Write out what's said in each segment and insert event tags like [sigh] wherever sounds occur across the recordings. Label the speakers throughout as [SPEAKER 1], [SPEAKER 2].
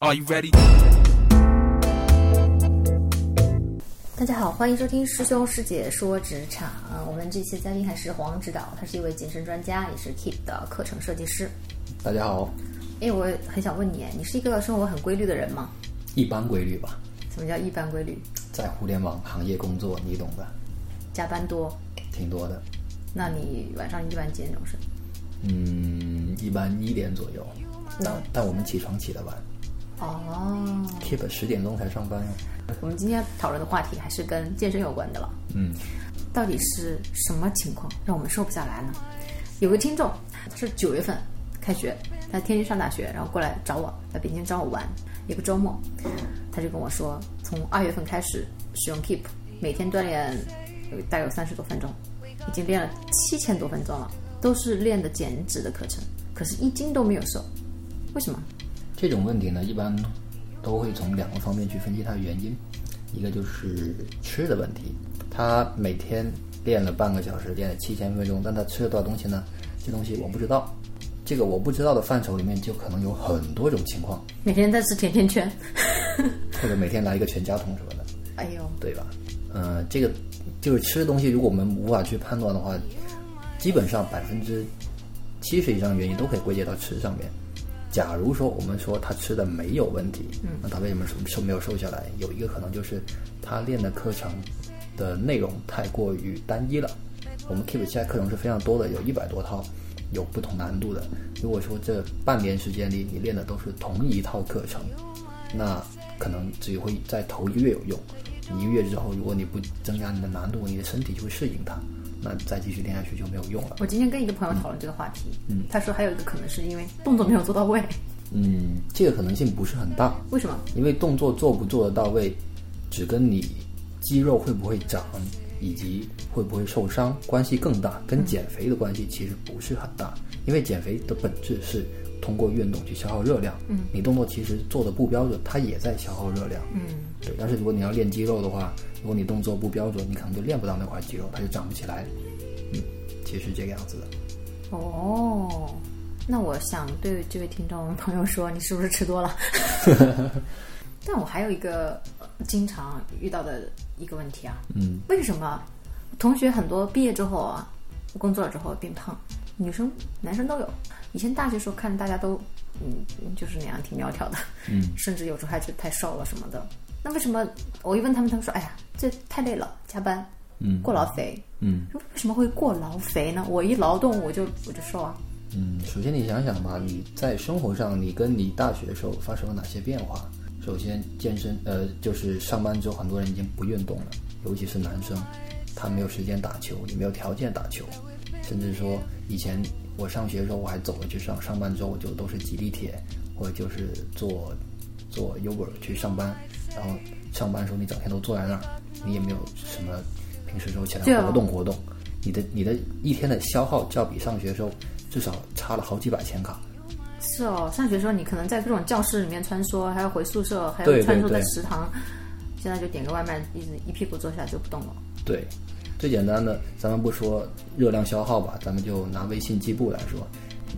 [SPEAKER 1] Are you ready?
[SPEAKER 2] 大家好，欢迎收听师兄师姐说职场。啊我们这期嘉宾还是黄指导，他是一位健身专家，也是 Keep 的课程设计师。
[SPEAKER 3] 大家好，
[SPEAKER 2] 哎，我很想问你，你是一个生活很规律的人吗？
[SPEAKER 3] 一般规律吧，
[SPEAKER 2] 什么叫一般规律？
[SPEAKER 3] 在互联网行业工作，你懂的，
[SPEAKER 2] 加班多？
[SPEAKER 3] 挺多的。
[SPEAKER 2] 那你晚上一般几点钟睡？
[SPEAKER 3] 嗯，一般一点左右，但但我们起床起得晚
[SPEAKER 2] 哦，
[SPEAKER 3] ，keep 十点钟才上班呀。
[SPEAKER 2] 我们今天讨论的话题还是跟健身有关的了。
[SPEAKER 3] 嗯，
[SPEAKER 2] 到底是什么情况让我们瘦不下来呢？有个听众，他是九月份开学，他天津上大学，然后过来找我，来北京找我玩一个周末，他就跟我说，从二月份开始使用 Keep，每天锻炼有大概有三十多分钟，已经练了七千多分钟了，都是练的减脂的课程，可是一斤都没有瘦，为什么？
[SPEAKER 3] 这种问题呢，一般都会从两个方面去分析它的原因，一个就是吃的问题，他每天练了半个小时，练了七千分钟，但他吃了多少东西呢？这东西我不知道，这个我不知道的范畴里面就可能有很多种情况，
[SPEAKER 2] 每天在吃甜甜圈，
[SPEAKER 3] 或者每天来一个全家桶什么的。
[SPEAKER 2] 哎呦，
[SPEAKER 3] 对吧？呃，这个就是吃的东西，如果我们无法去判断的话，基本上百分之七十以上原因都可以归结到吃上面。假如说我们说他吃的没有问题，那他为什么瘦瘦没有瘦下来？有一个可能就是他练的课程的内容太过于单一了。我们 Keep 现在课程是非常多的，有一百多套，有不同难度的。如果说这半年时间里你练的都是同一套课程，那可能只会在头一个月有用。你一个月之后，如果你不增加你的难度，你的身体就会适应它，那再继续练下去就没有用了。
[SPEAKER 2] 我今天跟一个朋友讨论这个话题，嗯，他说还有一个可能是因为动作没有做到位，
[SPEAKER 3] 嗯，这个可能性不是很大，
[SPEAKER 2] 为什么？
[SPEAKER 3] 因为动作做不做得到位，只跟你肌肉会不会长以及会不会受伤关系更大，跟减肥的关系其实不是很大。因为减肥的本质是通过运动去消耗热量，嗯，你动作其实做的不标准，它也在消耗热量，嗯，对。但是如果你要练肌肉的话，如果你动作不标准，你可能就练不到那块肌肉，它就长不起来，嗯，其实是这个样子的。
[SPEAKER 2] 哦，那我想对这位听众朋友说，你是不是吃多了？
[SPEAKER 3] [laughs]
[SPEAKER 2] 但我还有一个呃经常遇到的一个问题啊，
[SPEAKER 3] 嗯，
[SPEAKER 2] 为什么同学很多毕业之后啊，工作了之后变胖，女生男生都有。以前大学时候看大家都，嗯，就是那样挺苗条的，
[SPEAKER 3] 嗯，
[SPEAKER 2] 甚至有时候还觉得太瘦了什么的。那为什么我一问他们，他们说，哎呀，这太累了，加班，
[SPEAKER 3] 嗯
[SPEAKER 2] 过劳肥，
[SPEAKER 3] 嗯，
[SPEAKER 2] 为什么会过劳肥呢？我一劳动我就我就瘦啊，
[SPEAKER 3] 嗯，首先你想想吧，你在生活上，你跟你大学时候发生了哪些变化？首先，健身，呃，就是上班之后，很多人已经不运动了，尤其是男生，他没有时间打球，也没有条件打球，甚至说以前我上学的时候，我还走着去上，上班之后我就都是挤地铁，或者就是坐坐 Uber 去上班，然后上班的时候你整天都坐在那儿，你也没有什么平时时候起
[SPEAKER 2] 对啊
[SPEAKER 3] 来活动活动，你的你的一天的消耗就要比上学的时候至少差了好几百千卡。
[SPEAKER 2] 是哦，上学的时候你可能在各种教室里面穿梭，还要回宿舍，还要
[SPEAKER 3] 对对
[SPEAKER 2] 穿梭在
[SPEAKER 3] 对
[SPEAKER 2] 食堂。现在就点个外卖，一直一屁股坐下就不动了。
[SPEAKER 3] 对，最简单的，咱们不说热量消耗吧，咱们就拿微信计步来说，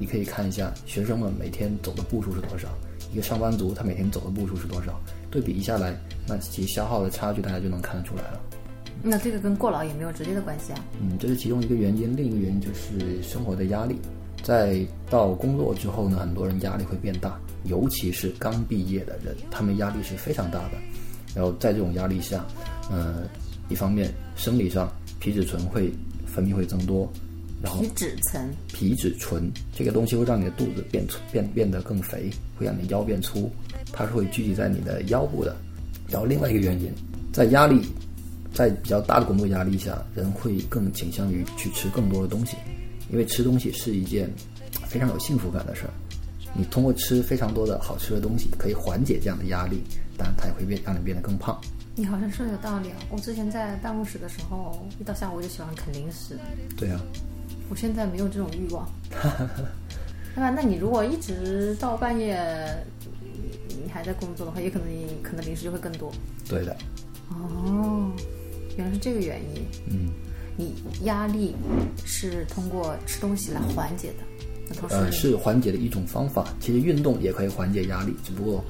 [SPEAKER 3] 你可以看一下学生们每天走的步数是多少，一个上班族他每天走的步数是多少，对比一下来，那其消耗的差距大家就能看得出来了。
[SPEAKER 2] 那这个跟过劳也没有直接的关系啊。
[SPEAKER 3] 嗯，这是其中一个原因，另一个原因就是生活的压力。在到工作之后呢，很多人压力会变大，尤其是刚毕业的人，他们压力是非常大的。然后在这种压力下，呃，一方面生理上皮质醇会分泌会增多，然后
[SPEAKER 2] 皮脂层，
[SPEAKER 3] 皮质醇这个东西会让你的肚子变粗变变得更肥，会让你腰变粗，它是会聚集在你的腰部的。然后另外一个原因，在压力，在比较大的工作压力下，人会更倾向于去吃更多的东西，因为吃东西是一件非常有幸福感的事儿。你通过吃非常多的好吃的东西，可以缓解这样的压力，但它也会变让你变得更胖。
[SPEAKER 2] 你好像说的有道理啊。我之前在办公室的时候，一到下午我就喜欢啃零食，
[SPEAKER 3] 对啊，
[SPEAKER 2] 我现在没有这种欲
[SPEAKER 3] [laughs]
[SPEAKER 2] 望。对吧？那你如果一直到半夜，你你还在工作的话，也可能你啃的零食就会更多。
[SPEAKER 3] 对的，
[SPEAKER 2] 哦，原来是这个原因。
[SPEAKER 3] 嗯，
[SPEAKER 2] 你压力是通过吃东西来缓解的，那同时
[SPEAKER 3] 呃，是缓解的一种方法。其实运动也可以缓解压力，只不过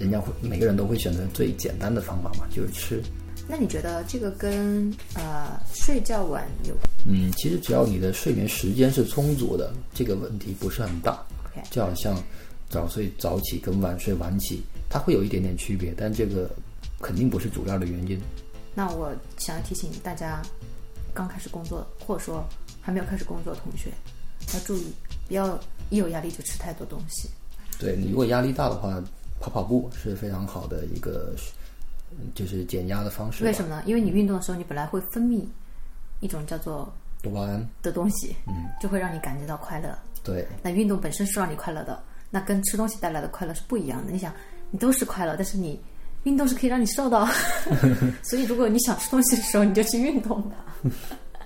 [SPEAKER 3] 人家会每个人都会选择最简单的方法嘛，就是吃。
[SPEAKER 2] 那你觉得这个跟呃睡觉晚有
[SPEAKER 3] 嗯，其实只要你的睡眠时间是充足的，这个问题不是很大。
[SPEAKER 2] OK
[SPEAKER 3] 就好像早睡早起跟晚睡晚起，它会有一点点区别，但这个肯定不是主要的原因。
[SPEAKER 2] 那我想要提醒大家，刚开始工作或者说还没有开始工作的同学，要注意，不要一有压力就吃太多东西。
[SPEAKER 3] 对，你如果压力大的话，跑跑步是非常好的一个，就是减压的方式吧。
[SPEAKER 2] 为什么呢？因为你运动的时候，你本来会分泌一种叫做
[SPEAKER 3] 多巴胺，
[SPEAKER 2] 的东西，
[SPEAKER 3] 嗯
[SPEAKER 2] 就会让你感觉到快乐。
[SPEAKER 3] 对，
[SPEAKER 2] 那运动本身是让你快乐的，那跟吃东西带来的快乐是不一样的。你想，你都是快乐，但是你运动是可以让你瘦的哦，所以如果你想吃东西的时候，你就去运动吧， [laughs]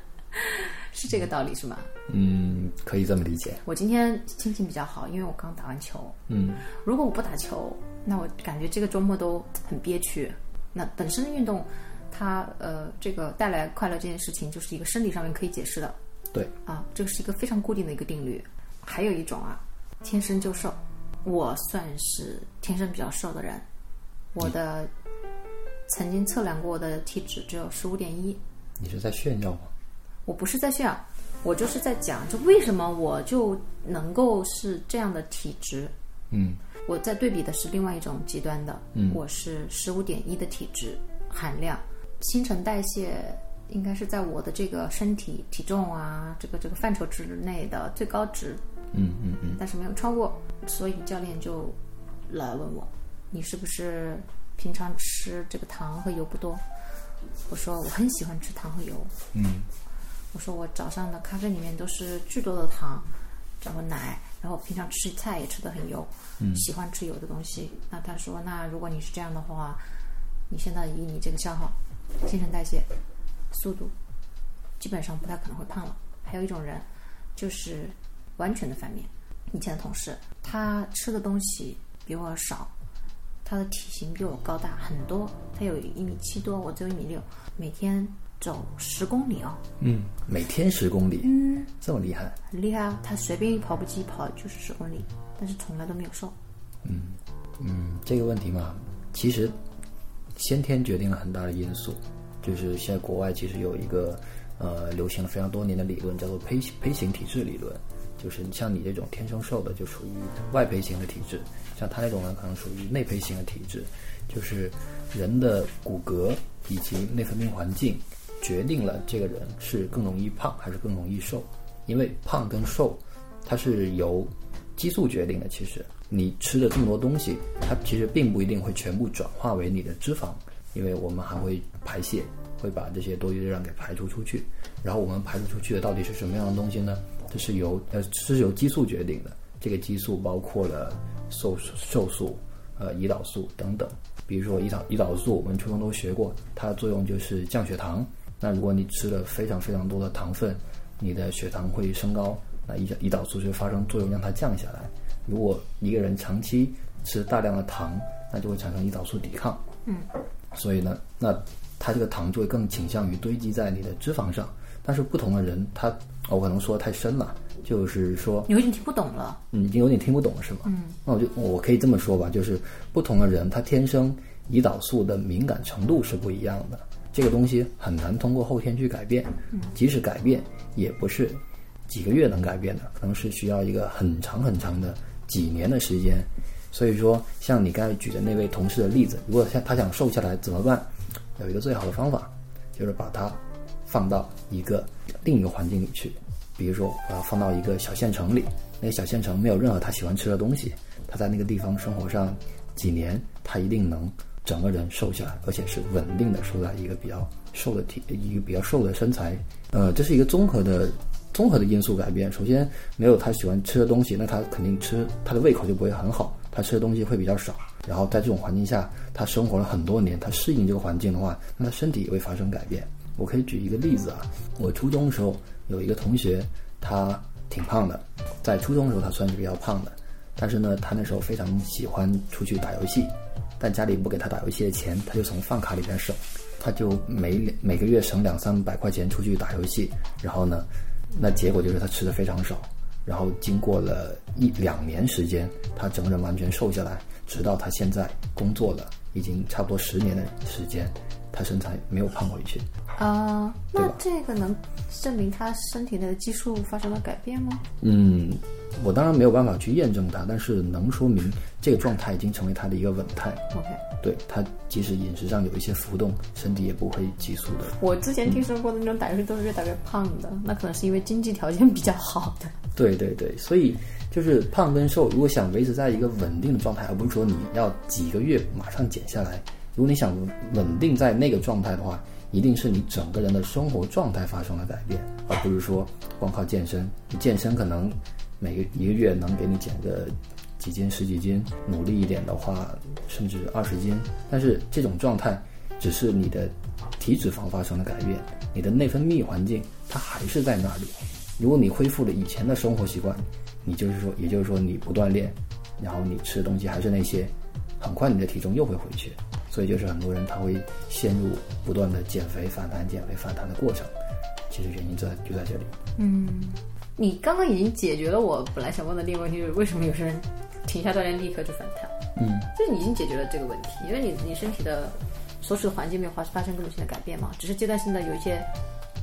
[SPEAKER 2] 是这个道理是吗？
[SPEAKER 3] 嗯，可以这么理解。
[SPEAKER 2] 我今天心情比较好，因为我刚打完球。
[SPEAKER 3] 嗯，
[SPEAKER 2] 如果我不打球，那我感觉这个周末都很憋屈。那本身的运动，它呃，这个带来快乐这件事情，就是一个生理上面可以解释的
[SPEAKER 3] 对，
[SPEAKER 2] 啊，这个是一个非常固定的一个定律。还有一种啊，天生就瘦，我算是天生比较瘦的人，我的曾经测量过我的体脂只有十五点一，
[SPEAKER 3] 你是在炫耀吗？
[SPEAKER 2] 我不是在炫耀，我就是在讲，就为什么我就能够是这样的体质。
[SPEAKER 3] 嗯，
[SPEAKER 2] 我在对比的是另外一种极端的，嗯，我是十五点一的体质含量，新陈代谢应该是在我的这个身体体重啊这个这个范畴之内的最高值，
[SPEAKER 3] 嗯嗯嗯，
[SPEAKER 2] 但是没有超过，所以教练就来问我，你是不是平常吃这个糖和油不多？我说我很喜欢吃糖和油，
[SPEAKER 3] 嗯，
[SPEAKER 2] 我说我早上的咖啡里面都是巨多的糖，然后奶，然后平常吃菜也吃的很油，嗯，喜欢吃油的东西。那他说，那如果你是这样的话，你现在以你这个消耗、新陈代谢速度，基本上不太可能会胖了。还有一种人，就是完全的反面，以前的同事，他吃的东西比我少，他的体型比我高大很多，他有一米七多，我只有一米六，每天走十公里哦，
[SPEAKER 3] 嗯，每天十公里，嗯，这么厉害，
[SPEAKER 2] 很厉害啊！他随便一跑步机跑就是十公里，但是从来都没有瘦。
[SPEAKER 3] 嗯，这个问题嘛，其实先天决定了很大的因素，就是现在国外其实有一个呃流行了非常多年的理论，叫做胚胚型体质理论，就是你像你这种天生瘦的就属于外胚型的体质，像他那种呢可能属于内胚型的体质，就是人的骨骼以及内分泌环境决定了这个人是更容易胖还是更容易瘦，因为胖跟瘦它是由激素决定的。其实你吃的这么多东西，它其实并不一定会全部转化为你的脂肪，因为我们还会排泄，会把这些多余热量给排除出去。然后我们排除出去的到底是什么样的东西呢？这是由呃，这是由激素决定的。这个激素包括了瘦瘦素、呃胰岛素等等。比如说胰岛胰岛素，我们初中都学过，它的作用就是降血糖。那如果你吃了非常非常多的糖分，你的血糖会升高，那胰胰岛素就会发生作用，让它降下来。如果一个人长期吃大量的糖，那就会产生胰岛素抵抗。所以呢，那它这个糖就会更倾向于堆积在你的脂肪上。但是不同的人，他哦我可能说得太深了，就是说
[SPEAKER 2] 你有点听不懂了，
[SPEAKER 3] 你已经有点听不懂了，是吗？嗯，那我就我可以这么说吧，就是不同的人他天生胰岛素的敏感程度是不一样的，这个东西很难通过后天去改变，即使改变也不是几个月能改变的，可能是需要一个很长很长的几年的时间。所以说，像你刚才举的那位同事的例子，如果像他想瘦下来怎么办？有一个最好的方法，就是把它放到一个另一个环境里去，比如说把它放到一个小县城里，那个小县城没有任何他喜欢吃的东西，他在那个地方生活上几年，他一定能整个人瘦下来，而且是稳定的瘦在一个比较瘦的体，一个比较瘦的身材。呃，这是一个综合的。综合的因素改变，首先没有他喜欢吃的东西，那他肯定吃他的胃口就不会很好，他吃的东西会比较少。然后在这种环境下，他生活了很多年，他适应这个环境的话，那他身体也会发生改变。我可以举一个例子啊，我初中的时候有一个同学，他挺胖的，在初中的时候他算是比较胖的，但是呢，他那时候非常喜欢出去打游戏，但家里不给他打游戏的钱，他就从饭卡里边省，他就每每个月省两三百块钱出去打游戏，然后呢，那结果就是他吃的非常少，然后经过了一两年时间，他整个人完全瘦下来，直到他现在工作了，已经差不多十年的时间，他身材没有胖回去。
[SPEAKER 2] 啊、
[SPEAKER 3] 对
[SPEAKER 2] 那
[SPEAKER 3] 吧
[SPEAKER 2] 这个能证明他身体内的激素发生了改变吗？
[SPEAKER 3] 嗯，我当然没有办法去验证它，但是能说明这个状态已经成为他的一个稳态。
[SPEAKER 2] OK，
[SPEAKER 3] 对他，即使饮食上有一些浮动，身体也不会急速的。
[SPEAKER 2] 我之前听说过的那种打游戏都是越打越胖的，那可能是因为经济条件比较好的。
[SPEAKER 3] 对对对，所以就是胖跟瘦，如果想维持在一个稳定的状态，而不是说你要几个月马上减下来，如果你想稳定在那个状态的话，一定是你整个人的生活状态发生了改变，而不是说光靠健身。你健身可能每个一个月能给你减个几斤、十几斤，努力一点的话，甚至二十斤，但是这种状态只是你的体脂肪发生了改变，你的内分泌环境它还是在那里。如果你恢复了以前的生活习惯，你就是说，也就是说你不锻炼，然后你吃的东西还是那些，很快你的体重又会回去。所以就是很多人他会陷入不断的减肥反弹、减肥反弹的过程，其实原因在就在这里。
[SPEAKER 2] 你刚刚已经解决了我本来想问的另一个问题，就是为什么有些人停下锻炼立刻就反弹？
[SPEAKER 3] 嗯，
[SPEAKER 2] 就是你已经解决了这个问题，因为你你身体的所处的环境没有发发生根本性的改变嘛，只是阶段性的有一些，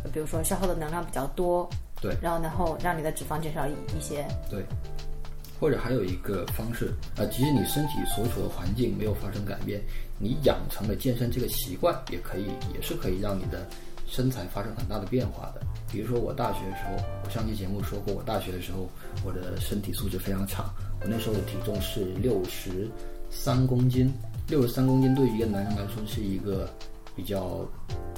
[SPEAKER 2] 呃比如说消耗的能量比较多，
[SPEAKER 3] 对
[SPEAKER 2] 然后然后让你的脂肪减少一一些，
[SPEAKER 3] 对。或者还有一个方式啊，即使你身体所处的环境没有发生改变，你养成了健身这个习惯，也可以也是可以让你的身材发生很大的变化的。比如说我大学的时候，我上期节目说过，我大学的时候我的身体素质非常差，我那时候的体重是六十三公斤，六十三公斤对于一个男生来说是一个比较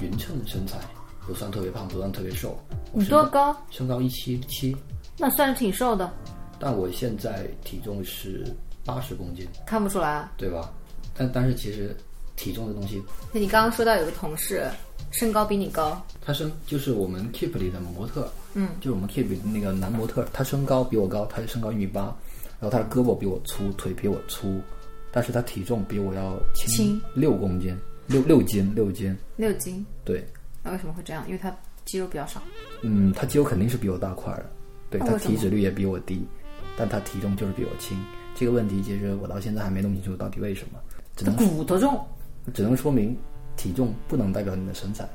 [SPEAKER 3] 匀称的身材，不算特别胖，不算特别瘦。我
[SPEAKER 2] 你
[SPEAKER 3] 身
[SPEAKER 2] 多
[SPEAKER 3] 高？
[SPEAKER 2] 高？
[SPEAKER 3] 身高一七七，
[SPEAKER 2] 那算是挺瘦的，
[SPEAKER 3] 但我现在体重是八十公斤，
[SPEAKER 2] 看不出来啊。
[SPEAKER 3] 对吧？但但是其实体重这东西，
[SPEAKER 2] 那你刚刚说到有个同事身高比你高，
[SPEAKER 3] 他身就是我们 Keep 里的模特，嗯，就是我们 Keep 里的那个男模特，他身高比我高，他身高一米八，然后他的胳膊比我粗，腿比我粗，但是他体重比我要轻
[SPEAKER 2] 轻
[SPEAKER 3] 六公斤，六六斤六斤，
[SPEAKER 2] 六斤，
[SPEAKER 3] 对，
[SPEAKER 2] 那为什么会这样？因为他肌肉比较少。
[SPEAKER 3] 嗯，他肌肉肯定是比我大块的，对
[SPEAKER 2] 那
[SPEAKER 3] 他
[SPEAKER 2] 哦为什么
[SPEAKER 3] 体脂率也比我低，但他体重就是比我轻。这个问题其实我到现在还没弄清楚到底为什么，只能
[SPEAKER 2] 骨头重，
[SPEAKER 3] 只能说明体重不能代表你的身材，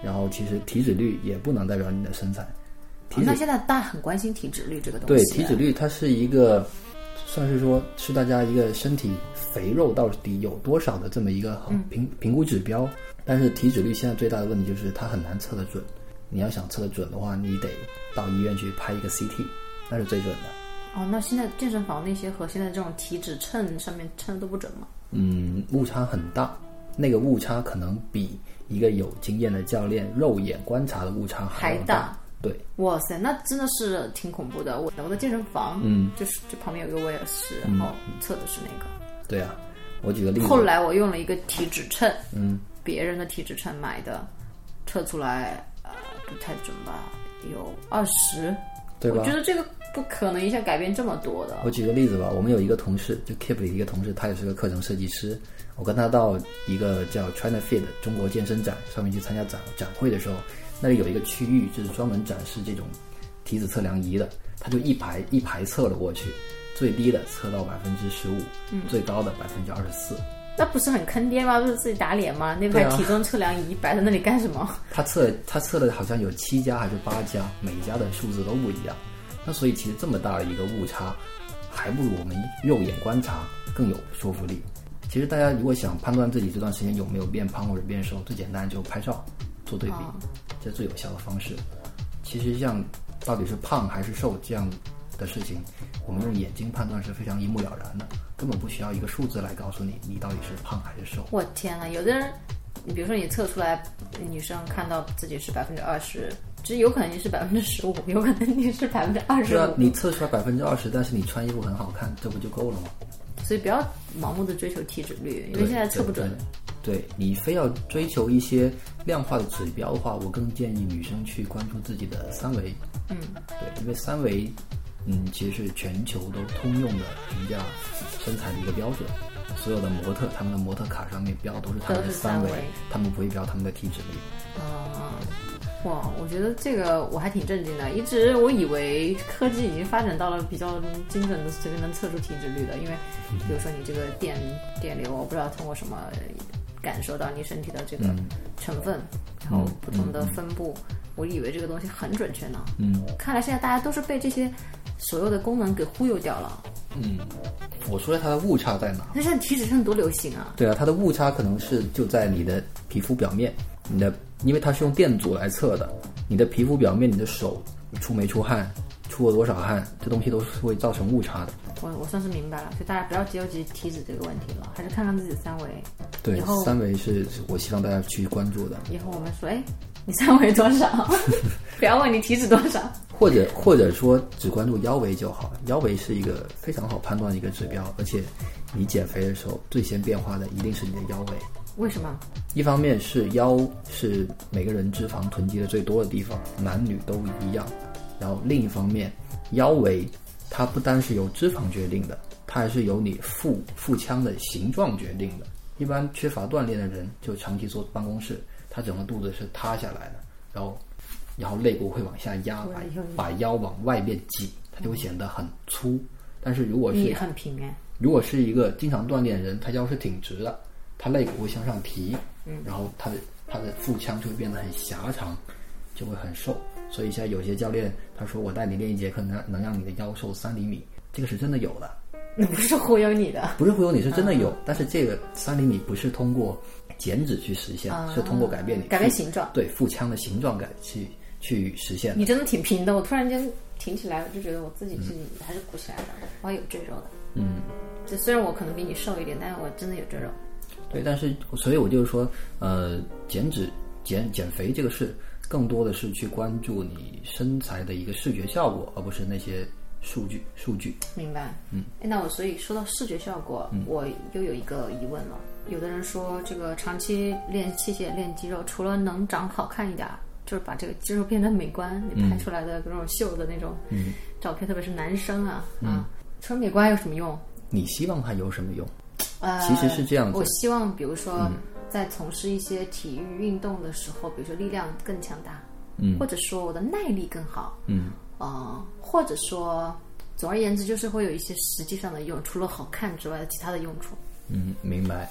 [SPEAKER 3] 然后其实体脂率也不能代表你的身材。体
[SPEAKER 2] 哦那
[SPEAKER 3] 脂
[SPEAKER 2] 现在大家很关心体脂率这个东
[SPEAKER 3] 对
[SPEAKER 2] 西。啊
[SPEAKER 3] 体脂率它是一个，算是说是大家一个身体肥肉到底有多少的这么一个
[SPEAKER 2] 嗯
[SPEAKER 3] 衡评、评估指标。但是体脂率现在最大的问题就是它很难测得准。你要想测得准的话，你得到医院去拍一个 CT，那是最准的。
[SPEAKER 2] 哦，那现在健身房那些和现在这种体脂秤上面称的都不准吗？
[SPEAKER 3] 嗯，误差很大。那个误差可能比一个有经验的教练肉眼观察的误差还要
[SPEAKER 2] 还
[SPEAKER 3] 大
[SPEAKER 2] 大。
[SPEAKER 3] 对，
[SPEAKER 2] 哇塞，那真的是挺恐怖的。我我的健身房，
[SPEAKER 3] 嗯，
[SPEAKER 2] 就是就旁边有一个威尔士，然后测的是那个。
[SPEAKER 3] 对啊，我举个例子，
[SPEAKER 2] 后来我用了一个体脂秤，
[SPEAKER 3] 嗯，
[SPEAKER 2] 别人的体脂秤买的，测出来呃不太准吧，有二十。
[SPEAKER 3] 对吧
[SPEAKER 2] 我觉？得这个不可能一下改变这么多的。
[SPEAKER 3] 我举个例子吧，我们有一个同事，就 Keep 里一个同事，他也是个课程设计师。我跟他到一个叫 China Fit 中国健身展上面去参加展展会的时候，那里有一个区域就是专门展示这种体脂测量仪的，他就一排一排测了过去，最低的测到百分之十五，
[SPEAKER 2] 嗯
[SPEAKER 3] 最高的百分之二十四。
[SPEAKER 2] 那不是很坑爹吗？不是自己打脸吗？那
[SPEAKER 3] 对
[SPEAKER 2] 台
[SPEAKER 3] 啊
[SPEAKER 2] 体重测量仪摆在那里干什么？
[SPEAKER 3] 他测他测了好像有七家还是八家，每家的数字都不一样。那所以其实这么大的一个误差，还不如我们肉眼观察更有说服力。其实大家如果想判断自己这段时间有没有变胖或者变瘦，最简单就是拍照做对比，这是最有效的方式。其实像到底是胖还是瘦这样的事情，我们用眼睛判断是非常一目了然的，根本不需要一个数字来告诉你你到底是胖还是瘦。
[SPEAKER 2] 我天呐，有的人，你比如说你测出来，女生看到自己是百分之二十，只有可能你是百分之十五，有可能你是百分之二
[SPEAKER 3] 是
[SPEAKER 2] 十
[SPEAKER 3] 啊，
[SPEAKER 2] 五，
[SPEAKER 3] 你测出来百分之二十，但是你穿衣服很好看，这不就够了吗？
[SPEAKER 2] 所以不要盲目的追求体脂率，因为现在测不准。
[SPEAKER 3] 对。对你非要追求一些量化的指标的话，我更建议女生去关注自己的三围。嗯，对，因为三围，嗯，其实是全球都通用的评价身材的一个标准。所有的模特，他们的模特卡上面标都是他们
[SPEAKER 2] 都
[SPEAKER 3] 的
[SPEAKER 2] 是三
[SPEAKER 3] 围
[SPEAKER 2] 围，
[SPEAKER 3] 他们不会标他们的体脂率。
[SPEAKER 2] 嗯，哇，我觉得这个我还挺震惊的，一直我以为科技已经发展到了比较精准的，随便能测出体脂率的，因为
[SPEAKER 3] 嗯
[SPEAKER 2] 比如说你这个电电流，我不知道通过什么感受到你身体的这个
[SPEAKER 3] 嗯
[SPEAKER 2] 成分，然后不同的分布，我以为这个东西很准确呢，
[SPEAKER 3] 嗯
[SPEAKER 2] 看来现在大家都是被这些所有的功能给忽悠掉了。
[SPEAKER 3] 嗯，我说一下它的误差在哪？
[SPEAKER 2] 那现在体脂秤多流行啊！
[SPEAKER 3] 对啊，它的误差可能是就在你的皮肤表面，你的因为它是用电阻来测的，你的皮肤表面，你的手出没出汗，出了多少汗，这东西都是会造成误差的。
[SPEAKER 2] 我我算是明白了，所以大家不要纠结体脂这个问题了，还是看看自己的三围。
[SPEAKER 3] 对
[SPEAKER 2] 以后，
[SPEAKER 3] 三维是我希望大家去关注的，
[SPEAKER 2] 以后我们说，哎，你三围多 [laughs] 少？不要问你体脂多少。
[SPEAKER 3] 或者或者说只关注腰围就好，腰围是一个非常好判断的一个指标，而且你减肥的时候最先变化的一定是你的腰围。
[SPEAKER 2] 为什么？
[SPEAKER 3] 一方面是腰是每个人脂肪囤积的最多的地方，男女都一样。然后另一方面，腰围它不单是由脂肪决定的，它还是由你腹腹腔的形状决定的。一般缺乏锻炼的人，就长期坐办公室，他整个肚子是塌下来的，然后然后肋骨会往下压，把
[SPEAKER 2] 对有一
[SPEAKER 3] 把腰往外面挤，它就会显得很粗。但是如果是
[SPEAKER 2] 你很平哎，
[SPEAKER 3] 如果是一个经常锻炼的人，他腰是挺直的，他肋骨会向上提，
[SPEAKER 2] 嗯
[SPEAKER 3] 然后他的他的腹腔就会变得很狭长，就会很瘦。所以现在有些教练他说我带你练一节课能能让你的腰瘦三厘米，这个是真的有的，
[SPEAKER 2] 那不是忽悠你的。
[SPEAKER 3] 不是忽悠你，是真的
[SPEAKER 2] 啊
[SPEAKER 3] 有。但是这个三厘米不是通过减脂去实现，是通过改变你
[SPEAKER 2] 啊改变
[SPEAKER 3] 腹
[SPEAKER 2] 形状
[SPEAKER 3] 对腹腔的形状改去去实现的。
[SPEAKER 2] 你真的挺平的，我突然间挺起来，我就觉得我自己自己还是鼓起来的，我还有赘肉的。
[SPEAKER 3] 嗯，
[SPEAKER 2] 就虽然我可能比你瘦一点，但是我真的有赘肉。
[SPEAKER 3] 对，但是所以我就是说，呃，减脂、减减肥这个事，更多的是去关注你身材的一个视觉效果，而不是那些数据数据。
[SPEAKER 2] 明白。嗯，那我所以说到视觉效果，我又有一个疑问了。有的人说，这个长期练器械、练肌肉，除了能长好看一点儿，就是把这个肌肉变得美观，你拍出来的各种秀的那种照片，特别是男生啊啊，除了美观有什么用？
[SPEAKER 3] 你希望它有什么用？
[SPEAKER 2] 呃，
[SPEAKER 3] 其实是这样子嗯
[SPEAKER 2] 我希望，比如说，在从事一些体育运动的时候，比如说力量更强大，
[SPEAKER 3] 嗯，
[SPEAKER 2] 或者说我的耐力更好，
[SPEAKER 3] 嗯，
[SPEAKER 2] 呃，或者说，总而言之，就是会有一些实际上的用，除了好看之外的其他的用处。
[SPEAKER 3] 嗯，明白。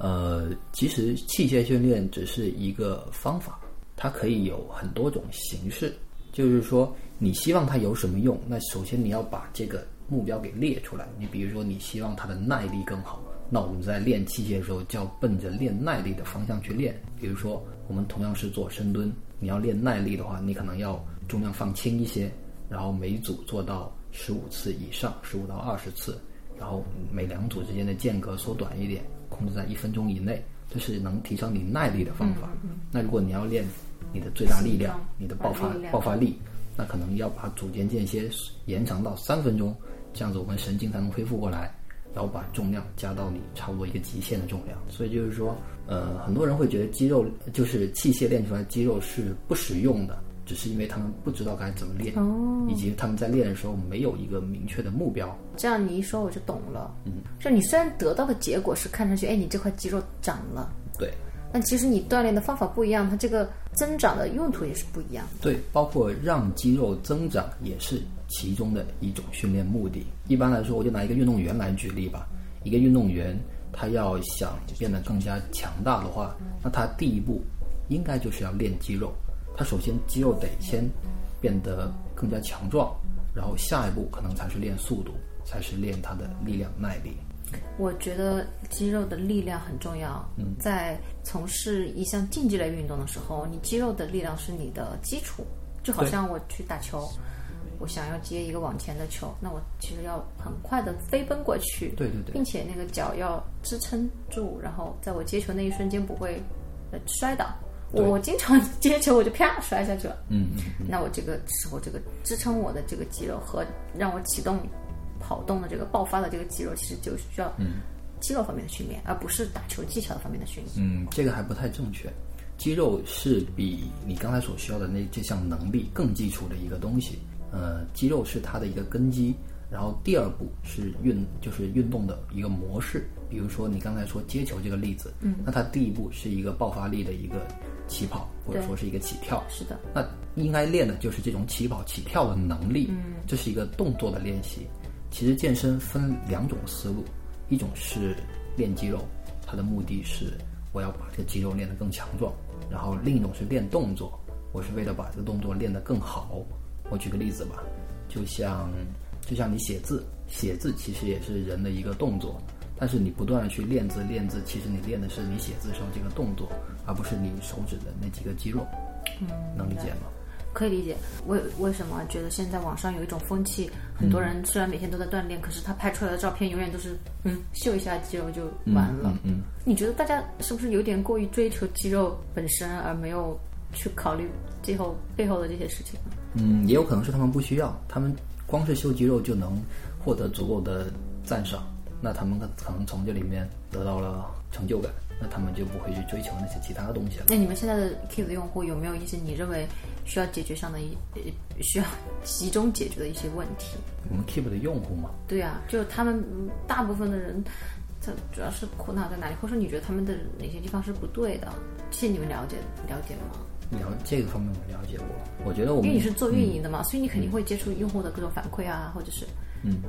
[SPEAKER 3] 呃，其实器械训练只是一个方法，它可以有很多种形式。就是说，你希望它有什么用？那首先你要把这个目标给列出来。你比如说，你希望它的耐力更好，那我们在练器械的时候就要奔着练耐力的方向去练。比如说，我们同样是做深蹲，你要练耐力的话，你可能要重量放轻一些，然后每组做到十五次以上，十五到二十次，然后每两组之间的间隔缩短一点，控制在一分钟以内，这是能提升你耐力的方法。
[SPEAKER 2] 嗯
[SPEAKER 3] 那如果你要练你的最大力量
[SPEAKER 2] 形状，
[SPEAKER 3] 你的爆发
[SPEAKER 2] 力量
[SPEAKER 3] 爆发力，那可能要把组间间歇延长到三分钟，这样子我们神经才能恢复过来，然后把重量加到你差不多一个极限的重量。所以就是说，呃，很多人会觉得肌肉就是器械练出来的肌肉是不实用的，只是因为他们不知道该怎么练，以及他们在练的时候没有一个明确的目标。
[SPEAKER 2] 这样你一说我就懂了。嗯，就你虽然得到的结果是看上去，哎，你这块肌肉长了，
[SPEAKER 3] 对，
[SPEAKER 2] 但其实你锻炼的方法不一样，它这个增长的用途也是不一样的。
[SPEAKER 3] 对，包括让肌肉增长也是其中的一种训练目的。一般来说，我就拿一个运动员来举例吧。一个运动员他要想变得更加强大的话，那他第一步应该就是要练肌肉。他首先肌肉得先变得更加强壮，然后下一步可能才是练速度，才是练他的力量耐力。
[SPEAKER 2] 我觉得肌肉的力量很重要。
[SPEAKER 3] 嗯
[SPEAKER 2] 在从事一项竞技类运动的时候，你肌肉的力量是你的基础。就好像我去打球，我想要接一个往前的球，那我其实要很快的飞奔过去，
[SPEAKER 3] 对对对
[SPEAKER 2] 并且那个脚要支撑住，然后在我接球那一瞬间不会呃摔倒。
[SPEAKER 3] 对
[SPEAKER 2] 我经常接球我就啪摔下去了，
[SPEAKER 3] 嗯嗯
[SPEAKER 2] 那我这个时候这个支撑我的这个肌肉和让我启动跑动的这个爆发的这个肌肉，其实就需要
[SPEAKER 3] 嗯
[SPEAKER 2] 肌肉方面的训练，而不是打球技巧方面的训练。
[SPEAKER 3] 嗯，这个还不太正确。肌肉是比你刚才所需要的那这项能力更基础的一个东西。呃，肌肉是它的一个根基，然后第二步是运，就是运动的一个模式。比如说你刚才说接球这个例子，嗯，那它第一步是一个爆发力的一个起跑，或者
[SPEAKER 2] 对
[SPEAKER 3] 说是一个起跳，
[SPEAKER 2] 是的，
[SPEAKER 3] 那应该练的就是这种起跑、起跳的能力，嗯，这是一个动作的练习。其实健身分两种思路，一种是练肌肉，它的目的是我要把这个肌肉练得更强壮；然后另一种是练动作，我是为了把这个动作练得更好。我举个例子吧，就像就像你写字，写字其实也是人的一个动作，但是你不断的去练字练字，其实你练的是你写字时候这个动作，而不是你手指的那几个肌肉。能理解吗？
[SPEAKER 2] 可以理解。为为什么觉得现在网上有一种风气，很
[SPEAKER 3] 嗯
[SPEAKER 2] 多人虽然每天都在锻炼，可是他拍出来的照片永远都是嗯秀一下肌肉就完了。
[SPEAKER 3] 嗯嗯
[SPEAKER 2] 你觉得大家是不是有点过于追求肌肉本身，而没有去考虑最后背后的这些事情呢？
[SPEAKER 3] 嗯，也有可能是他们不需要，他们光是秀肌肉就能获得足够的赞赏，那他们可能从这里面得到了成就感，那他们就不会去追求那些其他的东西了。
[SPEAKER 2] 那你们现在的 Keep 用户有没有一些你认为需要解决上的一呃需要集中解决的一些问题？
[SPEAKER 3] 我们 Keep 的用户嘛，
[SPEAKER 2] 对啊，就他们嗯大部分的人，他主要是苦恼在哪里，或者说你觉得他们的哪些地方是不对的？这些你们了解了解吗？
[SPEAKER 3] 了这个方面我了解过，我觉得我
[SPEAKER 2] 因为
[SPEAKER 3] 们
[SPEAKER 2] 你是做运营的嘛，所以你肯定会接触用户的各种反馈啊，或者是
[SPEAKER 3] 嗯，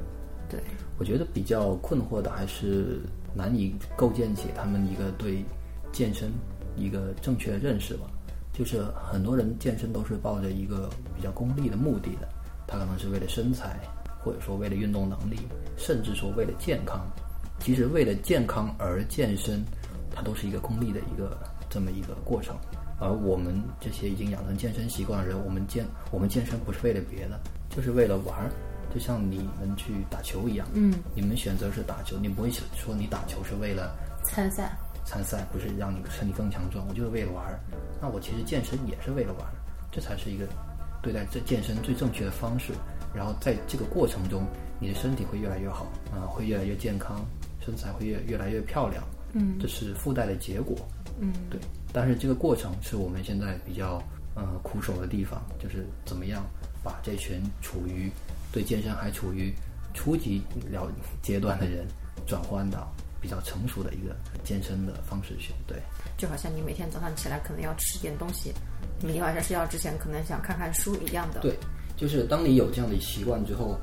[SPEAKER 2] 对，
[SPEAKER 3] 我觉得比较困惑的还是难以构建起他们一个对健身一个正确的认识吧。就是很多人健身都是抱着一个比较功利的目的的，他可能是为了身材，或者说为了运动能力，甚至说为了健康。其实为了健康而健身，它都是一个功利的一个这么一个过程。而我们这些已经养成健身习惯的人，我们健我们健身不是为了别的，就是为了玩儿，就像你们去打球一样。嗯，你们选择是打球，你不会说你打球是为了
[SPEAKER 2] 参赛
[SPEAKER 3] 参赛，不是让你身体更强壮，我就是为了玩儿。那我其实健身也是为了玩儿，这才是一个对待这健身最正确的方式。然后在这个过程中，你的身体会越来越好，啊、会越来越健康，身材会越越来越漂亮。嗯，这是附带的结果。嗯，对。但是这个过程是我们现在比较呃苦手的地方，就是怎么样把这群处于对健身还处于初级了阶段的人，转换到比较成熟的一个健身的方式去。对，
[SPEAKER 2] 就好像你每天早上起来可能要吃点东西，每天晚上睡觉之前可能想看看书一样的。
[SPEAKER 3] 对，就是当你有这样的习惯之后，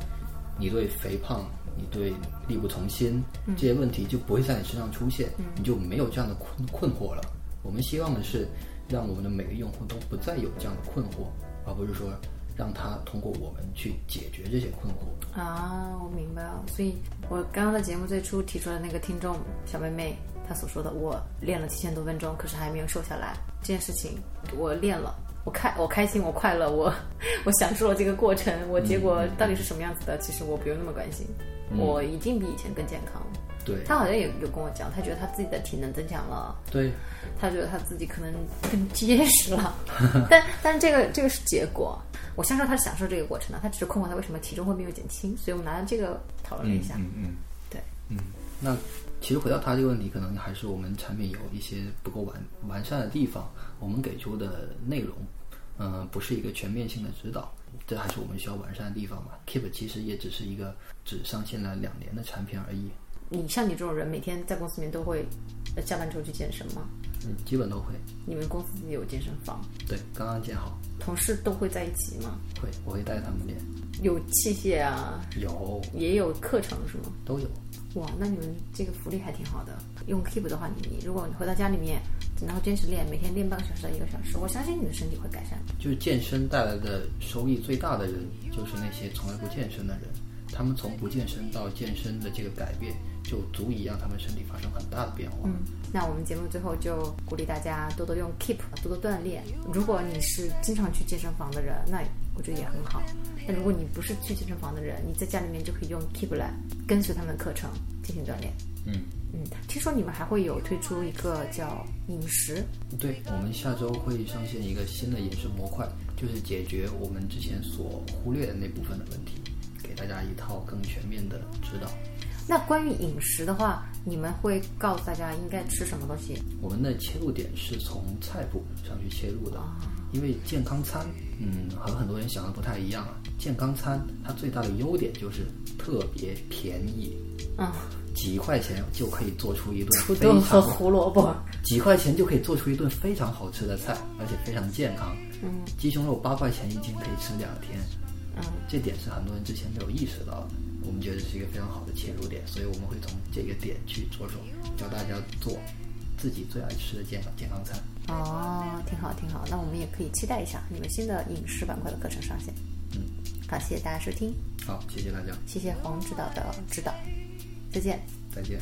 [SPEAKER 3] 你对肥胖、你对力不从心这些问题就不会在你身上出现，你就没有这样的困困惑了。我们希望的是，让我们的每个用户都不再有这样的困惑，而不是说让他通过我们去解决这些困惑。
[SPEAKER 2] 啊，我明白了。所以我刚刚在节目最初提出的那个听众小妹妹，她所说的我练了七千多分钟，可是还没有瘦下来这件事情，我练了，我开我开心，我快乐，我我享受了这个过程，我结果到底是什么样子的，其实我不用那么关心，我一定比以前更健康。
[SPEAKER 3] 对，
[SPEAKER 2] 她好像也有跟我讲，她觉得她自己的体能增强了，
[SPEAKER 3] 对，
[SPEAKER 2] 他觉得他自己可能更结实了，但但这个这个是结果。我相信他是享受这个过程啊的，他只是困惑他为什么体重会没有减轻，所以我们拿到这个讨论了一下。
[SPEAKER 3] 嗯嗯。
[SPEAKER 2] 对，
[SPEAKER 3] 那其实回到他这个问题，可能还是我们产品有一些不够完完善的地方，我们给出的内容，嗯、不是一个全面性的指导，这还是我们需要完善的地方嘛。Keep 其实也只是一个只上线了两年的产品而已，
[SPEAKER 2] 你像你这种人，每天在公司里面都会呃下班之后去健身吗？
[SPEAKER 3] 嗯，基本都会。
[SPEAKER 2] 你们公司自己有健身房，
[SPEAKER 3] 对，刚刚建好，
[SPEAKER 2] 同事都会在一起吗？
[SPEAKER 3] 会，我会带他们练，
[SPEAKER 2] 有器械啊，
[SPEAKER 3] 有
[SPEAKER 2] 也有课程是吗？
[SPEAKER 3] 都有。
[SPEAKER 2] 哇，那你们这个福利还挺好的。用 Keep 的话，你你如果你回到家里面，然后坚持练，每天练半个小时到一个小时，我相信你的身体会改善。
[SPEAKER 3] 就是健身带来的收益最大的人，就是那些从来不健身的人。他们从不健身到健身的这个改变，就足以让他们身体发生很大的变化。
[SPEAKER 2] 嗯，那我们节目最后就鼓励大家多多用 Keep，多多锻炼。如果你是经常去健身房的人，那我觉得也很好。但如果你不是去健身房的人，你在家里面就可以用 Keep 来跟随他们的课程进行锻炼。
[SPEAKER 3] 嗯
[SPEAKER 2] 嗯，听说你们还会有推出一个叫饮食，
[SPEAKER 3] 对，我们下周会上线一个新的饮食模块，就是解决我们之前所忽略的那部分的问题，给大家一套更全面的指导。
[SPEAKER 2] 那关于饮食的话，你们会告诉大家应该吃什么东西？
[SPEAKER 3] 我们的切入点是从菜谱上去切入的，因为健康餐，嗯，和很多人想的不太一样啊。健康餐它最大的优点就是特别便宜，
[SPEAKER 2] 嗯，
[SPEAKER 3] 几块钱就可以做出一
[SPEAKER 2] [laughs] 土
[SPEAKER 3] 顿非
[SPEAKER 2] 豆和
[SPEAKER 3] 常
[SPEAKER 2] 胡萝卜。
[SPEAKER 3] 几块钱就可以做出一顿非常好吃的菜，而且非常健康。
[SPEAKER 2] 嗯
[SPEAKER 3] 鸡胸肉八块钱一斤可以吃两天，
[SPEAKER 2] 嗯
[SPEAKER 3] 这点是很多人之前没有意识到的。我们觉得是一个非常好的切入点，所以我们会从这个点去着手，教大家做自己最爱吃的健康健康餐。
[SPEAKER 2] 哦，挺好挺好。那我们也可以期待一下你们新的饮食板块的课程上线。
[SPEAKER 3] 嗯，
[SPEAKER 2] 好，谢谢大家收听，
[SPEAKER 3] 好，谢谢大家，
[SPEAKER 2] 谢谢黄指导的指导，再见。
[SPEAKER 3] 再见。